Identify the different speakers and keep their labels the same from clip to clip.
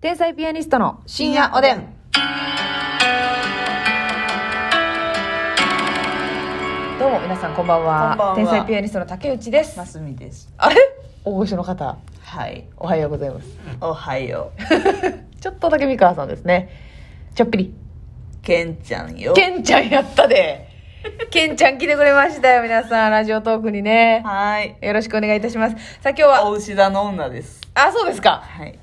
Speaker 1: 天才ピアニストの深夜おでん。どうも皆さんこんばんは。
Speaker 2: こんばんは
Speaker 1: 天才ピアニストの竹内です。
Speaker 2: ますみです
Speaker 1: あれ大御所の方、
Speaker 2: はい
Speaker 1: おはようございます。
Speaker 2: おはよう
Speaker 1: ちょっとだけ三河さんですね。ちょっぴり。
Speaker 2: けんちゃんよ
Speaker 1: ケンちゃんやった で。ケンちゃん来てくれましたよ、皆さん。ラジオトークにね。
Speaker 2: はい
Speaker 1: よろしくお願いいたします。さあ今日は、
Speaker 2: お牛座の女です
Speaker 1: あ、そうですか。
Speaker 2: はい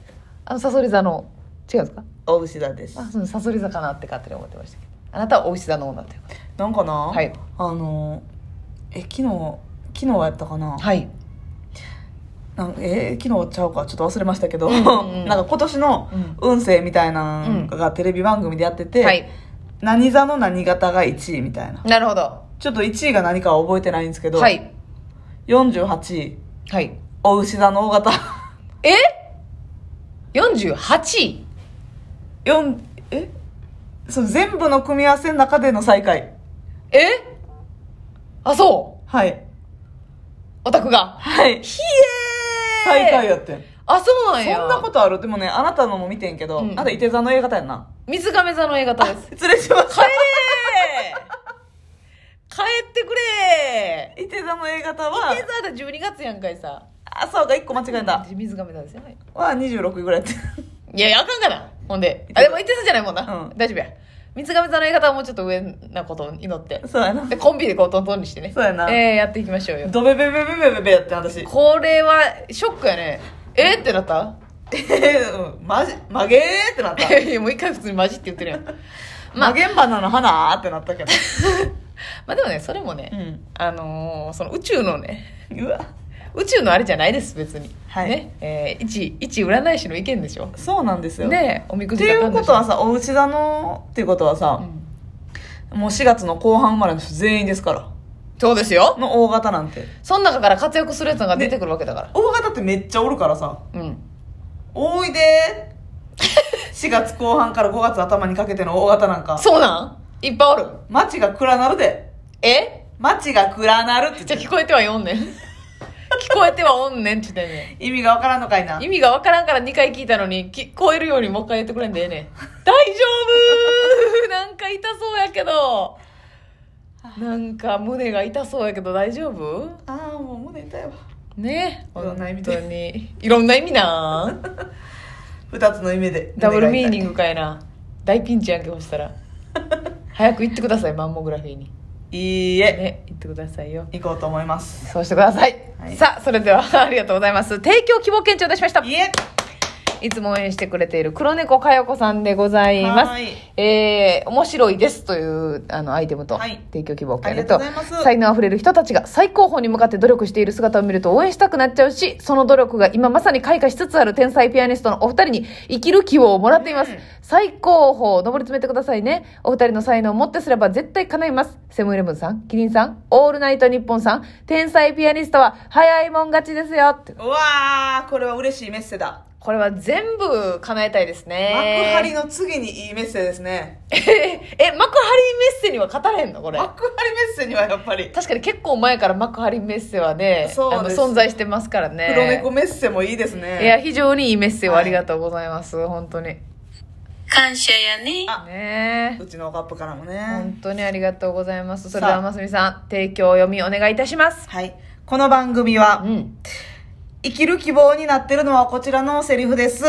Speaker 1: あの、サソリ座の、違うんですか
Speaker 2: お牛座です
Speaker 1: あ、そのサソリ座かなって勝手に思ってましたけど。あなたはお牛座の女ということで
Speaker 2: なんかな、
Speaker 1: はい
Speaker 2: あのえ昨日昨日はやったかな,、
Speaker 1: はい。
Speaker 2: なんえ昨日ちゃうかちょっと忘れましたけど、
Speaker 1: うんうん
Speaker 2: なんか今年の運勢みたいなのがテレビ番組でやってて、
Speaker 1: はい。
Speaker 2: 何座の何型が1位みたいな
Speaker 1: なるほど。
Speaker 2: ちょっと1位が何かは覚えてないんですけど、
Speaker 1: はい。
Speaker 2: 48位
Speaker 1: はい。
Speaker 2: お牛座の大型
Speaker 1: え ?48 位
Speaker 2: 4えその全部の組み合わせの中での最下位
Speaker 1: えあ、そう。
Speaker 2: はい
Speaker 1: オタクが。
Speaker 2: はい
Speaker 1: ひえー
Speaker 2: 最下位やってん
Speaker 1: あ、そうなんや。
Speaker 2: そんなことあるでもねあなたのも見てんけど、
Speaker 1: うん
Speaker 2: あなた伊手座の A 型やんな
Speaker 1: 水亀座の A 型です。
Speaker 2: 失礼しまし
Speaker 1: 帰れ 帰ってくれ
Speaker 2: た伊手座の A 型
Speaker 1: ー
Speaker 2: は
Speaker 1: レザーだ12月やんかいさ。
Speaker 2: あそうか1個間違えた
Speaker 1: 水亀座ですよ。はい
Speaker 2: は26位ぐらいやって
Speaker 1: いやいや、あかんかな。ほんで。あ、でも、いて座じゃないもんな。
Speaker 2: うん
Speaker 1: 大丈夫や。三つ神座の言い方はもうちょっと上なことを祈って
Speaker 2: ん。 そうやな
Speaker 1: で、コンビでこう、トントンにしてね。
Speaker 2: そうやな
Speaker 1: ええやっていきましょうよ。
Speaker 2: ドベベベベベベベやってん私
Speaker 1: これは、ショックやね。えー、ってなった
Speaker 2: えー、うんマジ曲げーってな った
Speaker 1: いやもう一回普通にマジって言ってるや ん。まあ
Speaker 2: 曲、げんバナの花ーってなったけど
Speaker 1: まあでもね、それもね、
Speaker 2: うん
Speaker 1: あのーその宇宙のね、
Speaker 2: うわ
Speaker 1: 宇宙のあれじゃないです、別に。
Speaker 2: はい
Speaker 1: ね。えー、一、一占い師の意見でしょ。
Speaker 2: そうなんですよ、
Speaker 1: ねおみく
Speaker 2: っ
Speaker 1: じ
Speaker 2: て
Speaker 1: が
Speaker 2: い
Speaker 1: か
Speaker 2: うん
Speaker 1: だ
Speaker 2: こ
Speaker 1: し
Speaker 2: とはさお家だのっていうことはさ
Speaker 1: う、ん
Speaker 2: もう4月の後半生まれの人全員ですから
Speaker 1: そうですよ。
Speaker 2: の大型なんて
Speaker 1: その中から活躍するやつが出てくるわけだか
Speaker 2: 大型ってめっちゃおるからさ
Speaker 1: ら。うん。
Speaker 2: 「おいでー」4月後半から5月頭にかけての大型なんか
Speaker 1: そうなんいっぱいおる。
Speaker 2: 街が暗なるで
Speaker 1: え
Speaker 2: 街が暗なるって
Speaker 1: じゃ
Speaker 2: 言
Speaker 1: あ
Speaker 2: って
Speaker 1: 聞こえてはおん ねん。聞こえてはおんねんって言ってんね。
Speaker 2: 意味がわからんのかいなん
Speaker 1: 意味がわからんから2回聞いたのに、聞こえるようにもう一回言ってくれんでええねん。 大丈夫 なんか痛そうやけど。なんか胸が痛そうやけど大丈夫
Speaker 2: ああもう胸痛いわ
Speaker 1: ね
Speaker 2: いろんな意味で
Speaker 1: 本当 に。いろんな意味なん。
Speaker 2: 2つの夢で
Speaker 1: ダブルミーニン
Speaker 2: グ
Speaker 1: グかいな。大ピンチやんけ、ほした ら。早く行ってください、マンモグラフィーに。
Speaker 2: いいえ
Speaker 1: ね、行ってくださいよ。
Speaker 2: 行こうと思います
Speaker 1: そうしてください。
Speaker 2: はい
Speaker 1: さあ、それでは ありがとうございます。提供希望検証いたしました。
Speaker 2: いいえ
Speaker 1: いつも応援してくれている黒猫かよこさんでございま
Speaker 2: はーい
Speaker 1: す。えー、面白いですというあのアイテムと、
Speaker 2: はい
Speaker 1: 提供希望検証
Speaker 2: ありがとうございます
Speaker 1: 才能あふれる人たちが最高峰に向かって努力している姿を見ると応援したくなっちゃうし、その努力が今まさに開花しつつある天才ピアニストのお二人に生きる希望をもらっています。
Speaker 2: うん
Speaker 1: 最高峰、上り詰めてくださいね。お二人の才能をもってすれば絶対叶います。セブンイレブンさん、キリンさん、オールナイトニッポンさん、天才ピアニストは早いもん勝ちですよ。って
Speaker 2: うわーこれは嬉しいメッセだ、
Speaker 1: これは全部叶えたいですね。
Speaker 2: 幕張の次にいいメッセですね
Speaker 1: えーえ、幕張メッセには語れんのこれ。
Speaker 2: 幕張メッセにはやっぱり
Speaker 1: 確かに結構前から幕張メッセはね、
Speaker 2: そう
Speaker 1: の
Speaker 2: です
Speaker 1: 存在してますからね。
Speaker 2: 黒猫メッセもいいですね
Speaker 1: いや、非常にいいメッセを
Speaker 2: はい
Speaker 1: ありがとうございます。本当に。
Speaker 3: 感謝やね。
Speaker 2: あ
Speaker 1: ねえ
Speaker 2: うちのおカップからもね
Speaker 1: 本当にありがとうございます。それで
Speaker 2: さ
Speaker 1: は、
Speaker 2: あ
Speaker 1: ますみさん、提供を読みお願いいたします。
Speaker 2: はいこの番組
Speaker 1: う
Speaker 2: は
Speaker 1: ん。
Speaker 2: 生きる希望になってるのはこちらのセリフです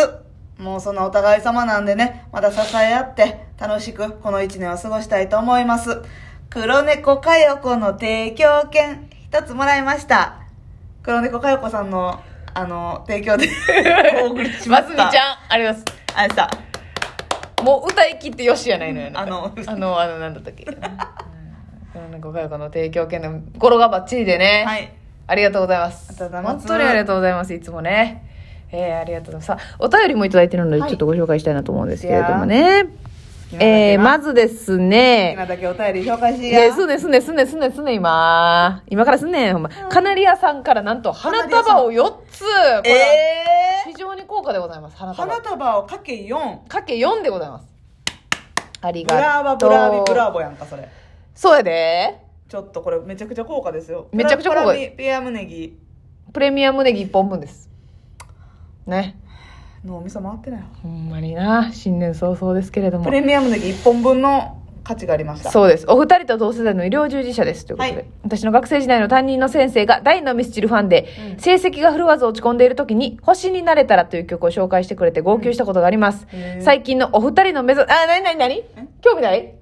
Speaker 2: もうそんなお互い様なんでねまた支え合って楽しくこの一年を過ごしたいと思います黒猫かよこの提供券一つもらいました黒猫かよこさんのあの提供で お送りしま
Speaker 1: ます
Speaker 2: し
Speaker 1: み
Speaker 2: た
Speaker 1: ちゃん、ありがとうございます。
Speaker 2: あれさ
Speaker 1: もう歌い切ってよしやないのよね。
Speaker 2: あの
Speaker 1: あの、あの、なんだったっけ。うんごかよこの提供権の心がバッチリでね。
Speaker 2: はい
Speaker 1: ありがとうございます。
Speaker 2: ありがとうございます
Speaker 1: 本当にありがとうございます。いつもね。えー、ありがとうございます。さあ、お便りもいただいてるので、
Speaker 2: はい
Speaker 1: ちょっとご紹介したいなと思うんですけれどもね。
Speaker 2: いや
Speaker 1: えー、
Speaker 2: 今だけな
Speaker 1: まずです
Speaker 2: 好きな
Speaker 1: ね。
Speaker 2: だけお便り紹介しや
Speaker 1: ね、すんねんすんねんすんねんすんねんすんねん今。今からすんねん、ほんま。カナリアさんからなんと花束を4つ。これは
Speaker 2: え
Speaker 1: 非常に高価でございます。花
Speaker 2: ー、
Speaker 1: 束。
Speaker 2: 花束をかけ4
Speaker 1: かけ4でございます。あり
Speaker 2: ブラ
Speaker 1: が
Speaker 2: ーバ
Speaker 1: と
Speaker 2: ブ
Speaker 1: う。
Speaker 2: ラービブラーボやんかそれ
Speaker 1: そうやで。
Speaker 2: ちょっとこれめちゃくちゃ高価ですよ
Speaker 1: めちゃくちゃ高価
Speaker 2: ピアムネギ
Speaker 1: プレミアムネギ1本分です。ね。
Speaker 2: 脳みそ回ってないわ
Speaker 1: ほんまにな新年早々ですけれども
Speaker 2: プレミアムの時1本分の価値がありました
Speaker 1: そうですお二人と同世代の医療従事者ですということで、
Speaker 2: はい
Speaker 1: 私の学生時代の担任の先生が大のミスチルファンで、
Speaker 2: うん
Speaker 1: 成績が振るわず落ち込んでいる時に「星になれたら」という曲を紹介してくれて号泣したことがあります、
Speaker 2: へー
Speaker 1: 最近のお二人の目指あなになになに興味ない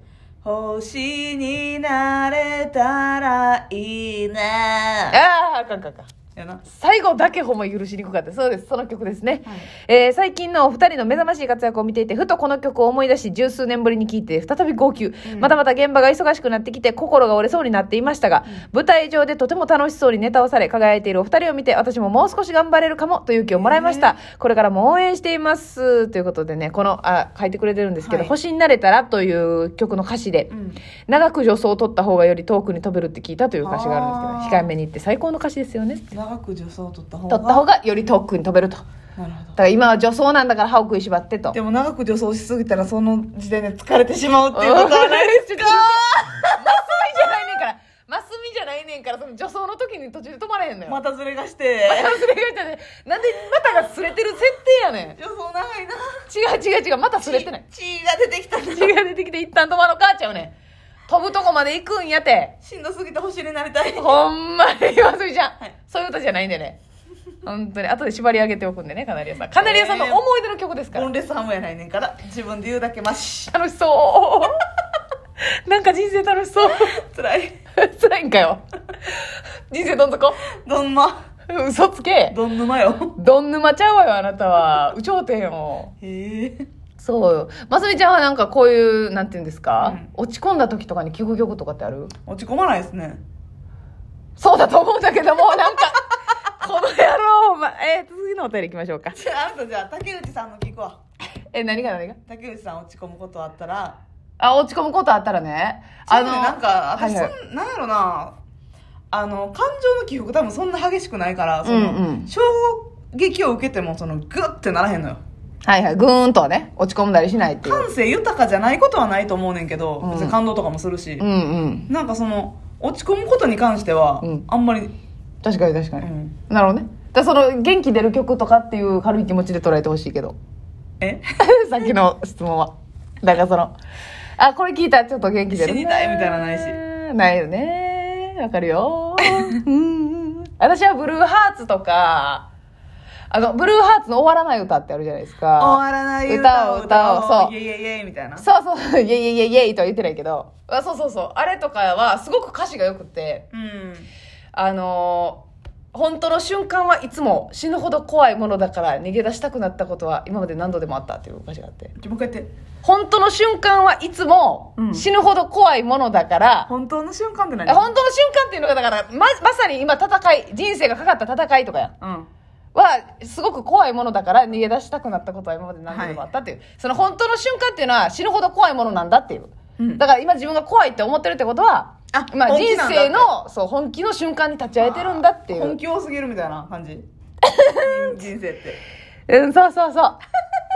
Speaker 2: 星になれたらいいね
Speaker 1: あああかんあかんあかん
Speaker 2: やな
Speaker 1: 最後だけほんま許しにくかったそうですその曲ですね、えー最近のお二人の目覚ましい活躍を見ていてふとこの曲を思い出し十数年ぶりに聴いて再び号泣、またまた現場が忙しくなってきて心が折れそうになっていましたが、舞台上でとても楽しそうにネタをされ輝いているお二人を見て私ももう少し頑張れるかもという気をもらいました、これからも応援していますということでねこのあ書いてくれてるんですけど「
Speaker 2: はい
Speaker 1: 星になれたら」という曲の歌詞で、
Speaker 2: うん
Speaker 1: 長く助走を取った方がより遠くに飛べるって聞いたという歌詞があるんですけ
Speaker 2: あー
Speaker 1: ど控えめに言って最高の歌詞ですよね
Speaker 2: 長く助走を取った方が
Speaker 1: 取った方がより遠くに飛べるとだ
Speaker 2: なるほど
Speaker 1: から今は助走なんだから歯を食いしばってと
Speaker 2: でも長く助走しすぎたらその時点で疲れてしまうっていうこと はないですか
Speaker 1: マスミじゃないねんからマスミじゃないねんからその助走の時に途中で止まれへんのよ、
Speaker 2: またずれが して
Speaker 1: またすれがいたねなんでまたがすれてる設定やねん
Speaker 2: 助走長いな
Speaker 1: 違う違う違うまたすれてない
Speaker 2: 血血が出 てきたな
Speaker 1: 血が出てきて一旦止まろうかちゃうねん飛ぶとこまで行くんやて
Speaker 2: しんどすぎて星になりたい
Speaker 1: ほんまにマスミちゃん、
Speaker 2: はい
Speaker 1: そういう歌じゃないんでね本当に後で縛り上げておくんでねカナリアさんカナリアさんの思い出の曲ですから
Speaker 2: ボンレスハムやないねんから自分で言うだけマシ
Speaker 1: 楽しそう なんか人生楽しそう
Speaker 2: 辛い
Speaker 1: 辛いんかよ人生どん底
Speaker 2: どんま
Speaker 1: 嘘つけ
Speaker 2: どんぬまよ
Speaker 1: どん沼ちゃうわよあなたは有頂天を
Speaker 2: へえ
Speaker 1: そうよますみちゃんはなんかこういうなんていうんですか、
Speaker 2: うん
Speaker 1: 落ち込んだ時とかに聞く曲とかってある
Speaker 2: 落ち込まないですね
Speaker 1: そうだと思うんだけどもなんか この野郎お前えー、次のお便り行きましょうか
Speaker 2: じゃああんたじゃあ竹内さんの聞くわ
Speaker 1: え何が何が
Speaker 2: 竹内さん落ち込むことあったら
Speaker 1: あ落ち込むことあったらね
Speaker 2: あのなんか私、
Speaker 1: はいはい
Speaker 2: そんなんやろなあの感情の起伏多分そんな激しくないからその、
Speaker 1: うんうん
Speaker 2: 衝撃を受けてもそのグッてならへんのよ
Speaker 1: はいはいぐーんとはね落ち込んだりしないっていう
Speaker 2: 感性豊かじゃないことはないと思うねんけど、
Speaker 1: うん
Speaker 2: 別に感動とかもするし、
Speaker 1: うんうん
Speaker 2: なんかその落ち込むことに関しては、
Speaker 1: うん
Speaker 2: あんまり、
Speaker 1: 確かに確か
Speaker 2: う
Speaker 1: に、
Speaker 2: ん
Speaker 1: なるほどね。だからその元気出る曲とかっていう軽い気持ちで捉えてほしいけど。
Speaker 2: え
Speaker 1: さっきの質問は。だからその、あ、これ聞いたらちょっと元気出る。
Speaker 2: 死にたいみたいなのないし。
Speaker 1: ないよね。わかるよ。うん私はブルーハーツとか、あの、ブルーハーツの終わらない歌ってあるじゃないですか。
Speaker 2: 終わらない歌を歌おう
Speaker 1: 歌を歌おうそう
Speaker 2: イエイイエイイエイみたいな
Speaker 1: そうそう、イェイイェイイェイイェイとは言ってないけど。あそうそうそう。あれとかはすごく歌詞が良くて。
Speaker 2: うん
Speaker 1: あのー本当の瞬間はいつも死ぬほど怖いものだから逃げ出したくなったことは今まで何度でもあったっていう歌詞があって
Speaker 2: ちょもう一回やって
Speaker 1: 本当の瞬間はいつも
Speaker 2: うん
Speaker 1: 死ぬほど怖いものだから、
Speaker 2: 本当の瞬間って何
Speaker 1: え本当の瞬間っていうのがだからままさに今戦い人生がかかった戦いとかや
Speaker 2: うん
Speaker 1: はすごく怖いものだから逃げ出したくなったことは今まで何度でもあったっていう、その本当の瞬間っていうのは死ぬほど怖いものなんだっていう、
Speaker 2: うん
Speaker 1: だから今自分が怖いって思ってるってことは
Speaker 2: あ
Speaker 1: まあ、
Speaker 2: 本気
Speaker 1: 人
Speaker 2: なんだっ
Speaker 1: 生
Speaker 2: て
Speaker 1: のそう本気の瞬間に立ち会えてるんだっていう
Speaker 2: 本気多すぎるみたいな感じ 人人生って
Speaker 1: うん、そうそうそう。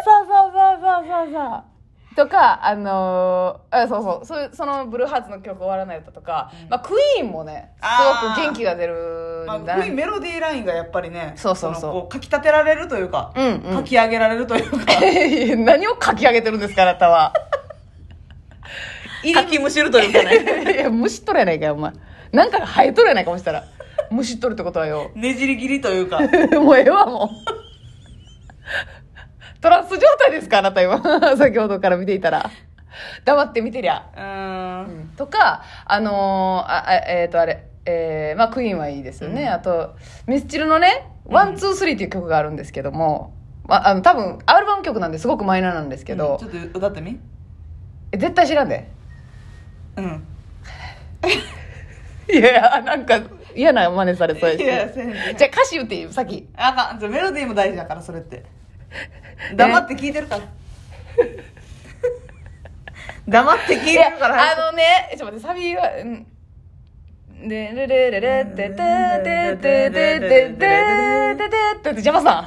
Speaker 1: そうそうそうそうそうそう。とか、あのーあそうそう、そういう、そのブルーハーツの曲終わらない歌とか、まあクイーンもね、す
Speaker 2: あ
Speaker 1: ご
Speaker 2: ー
Speaker 1: く元気が出るん
Speaker 2: まあ、
Speaker 1: だ
Speaker 2: ク
Speaker 1: な。
Speaker 2: イーンメロディーラインがやっぱりね
Speaker 1: そうそうそう
Speaker 2: のこうかきたてられるというか、
Speaker 1: うんうん
Speaker 2: かき上げられるというか
Speaker 1: 何を書き上げてるんですか、あなたは。
Speaker 2: かきむしるというかね
Speaker 1: いや、虫取れやないかよ、お前。なんかが生えとるやないかもしたら。虫取るってことはよ。
Speaker 2: ねじり切りというか
Speaker 1: も うええわ、もう。トランス状態ですか、あなた今。 先ほどから見ていたら。黙って見てりゃ。
Speaker 2: うーん
Speaker 1: とか、あのーああえっ、と、あれ、えーまあ、クイーンはいいですよね。
Speaker 2: うん
Speaker 1: あと、ミスチルのね、ワン、ツー、スリーっていう曲があるんですけども、まあ、あの、多分、アルバム曲なんですごくマイナーなんですけど、
Speaker 2: うんちょっと歌ってみ
Speaker 1: え絶対知らんで。
Speaker 2: うん
Speaker 1: いや、なんか、嫌な真似されそうやし
Speaker 2: いやせんせん
Speaker 1: じゃあ歌詞言っていい先。
Speaker 2: あかんじゃあメロディーも大事だからそれって黙って聞いてるから 黙って聞い
Speaker 1: い
Speaker 2: て
Speaker 1: や
Speaker 2: るから
Speaker 1: あのね、ちょっと待って、サビは、うん。でれれれれっててててててててててジャマさ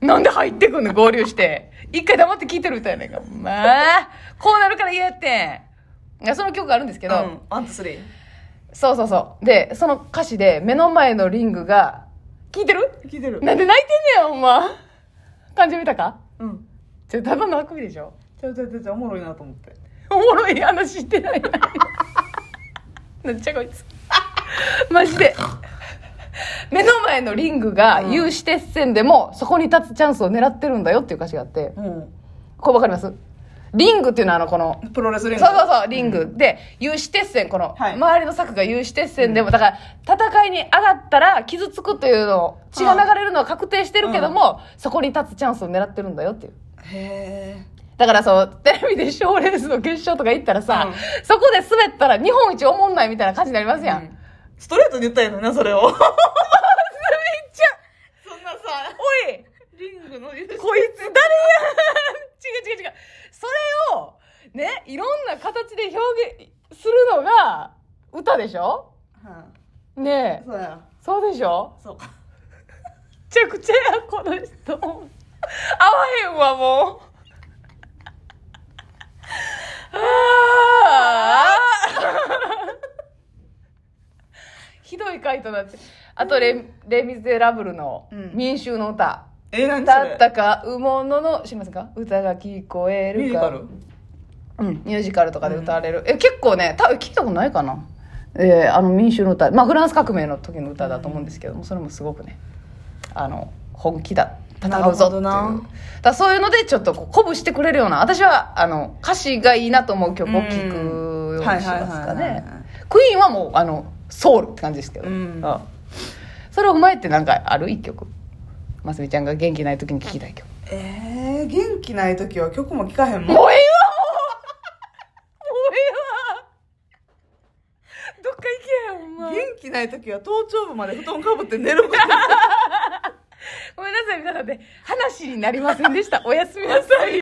Speaker 1: ん。なんで入ってくんの合流して。一回黙って聞いてる歌やないか。まあ、こうなるから嫌やってん。いやその曲があるんですけど、
Speaker 2: うんワンツースリー
Speaker 1: そうそうそう。で、その歌詞で目の前のリングが、聞いてる
Speaker 2: 聞いてる
Speaker 1: なんで泣いてんねや、ほんま。感じ見たか
Speaker 2: うん
Speaker 1: じゃ、ただのあくびでしょ
Speaker 2: ちゃうちゃうちゃうちゃうおもろいなと思って
Speaker 1: おもろい話してないやんなんじゃこいつマジで目の前のリングが
Speaker 2: うん
Speaker 1: 有刺鉄線でもそこに立つチャンスを狙ってるんだよっていう歌詞があって
Speaker 2: う
Speaker 1: これわかりますリングっていうのはあのこの
Speaker 2: んプロレスリン
Speaker 1: そう
Speaker 2: グ
Speaker 1: そうそうリング、で有刺鉄線この、
Speaker 2: はい
Speaker 1: 周りの柵が有刺鉄線でも、だから戦いに上がったら傷つくというのを血が流れるのは確定してるけども、そこに立つチャンスを狙ってるんだよっていう
Speaker 2: へえ
Speaker 1: だからそう、テレビで賞レースの決勝とか行ったらさ、
Speaker 2: うん
Speaker 1: そこで滑ったら日本一おもんないみたいな感じになりますやん。
Speaker 2: うんストレートに言ったんやのになそ れを
Speaker 1: ちゃ、
Speaker 2: そんなさ
Speaker 1: おい
Speaker 2: リングの
Speaker 1: こいつ誰や違う違う違う。それを、ね、いろんな形で表現するのが歌でしょ
Speaker 2: は
Speaker 1: ねえ、
Speaker 2: そうや
Speaker 1: そうでしょ
Speaker 2: そうか
Speaker 1: めちゃくちゃや、この人。合わへんわ、もう。 あーひどい回となって。あとレ、レ・ミゼラブルの
Speaker 2: うん
Speaker 1: 民衆の歌。
Speaker 2: え何そ
Speaker 1: だ
Speaker 2: れ
Speaker 1: ったか、うものの、知りますか歌が聞こえ
Speaker 2: ミュー
Speaker 1: る
Speaker 2: ジ
Speaker 1: か。
Speaker 2: カル
Speaker 1: うん、ミュージカルとかで歌われる。え、結構ね、多分聞いたことないかな。えーあの民衆の歌。まあ、フランス革命の時の歌だと思うんですけども、それもすごくね、あの、本気だ。戦うぞっていう。だ
Speaker 2: なるほどな
Speaker 1: からそういうので、ちょっとこう鼓舞してくれるような、私は、あの、歌詞がいいなと思う曲を聴くようにしますか
Speaker 2: うんはいはいはいはいは
Speaker 1: ね
Speaker 2: い。
Speaker 1: クイーンはもう、あの、ソウルって感じですけど。
Speaker 2: うん
Speaker 1: それを踏まえてなんかある一曲。ますみちゃんが元気ない時に聴きたい曲。
Speaker 2: えー、元気ない時は曲も聴かへんも
Speaker 1: もうえ
Speaker 2: ん
Speaker 1: えわもうもうええわどっか行けよお前
Speaker 2: 元気ない時は頭頂部まで布団かぶって寝ること
Speaker 1: ごめんなさい皆さんで話になりませんでしたおやすみなさい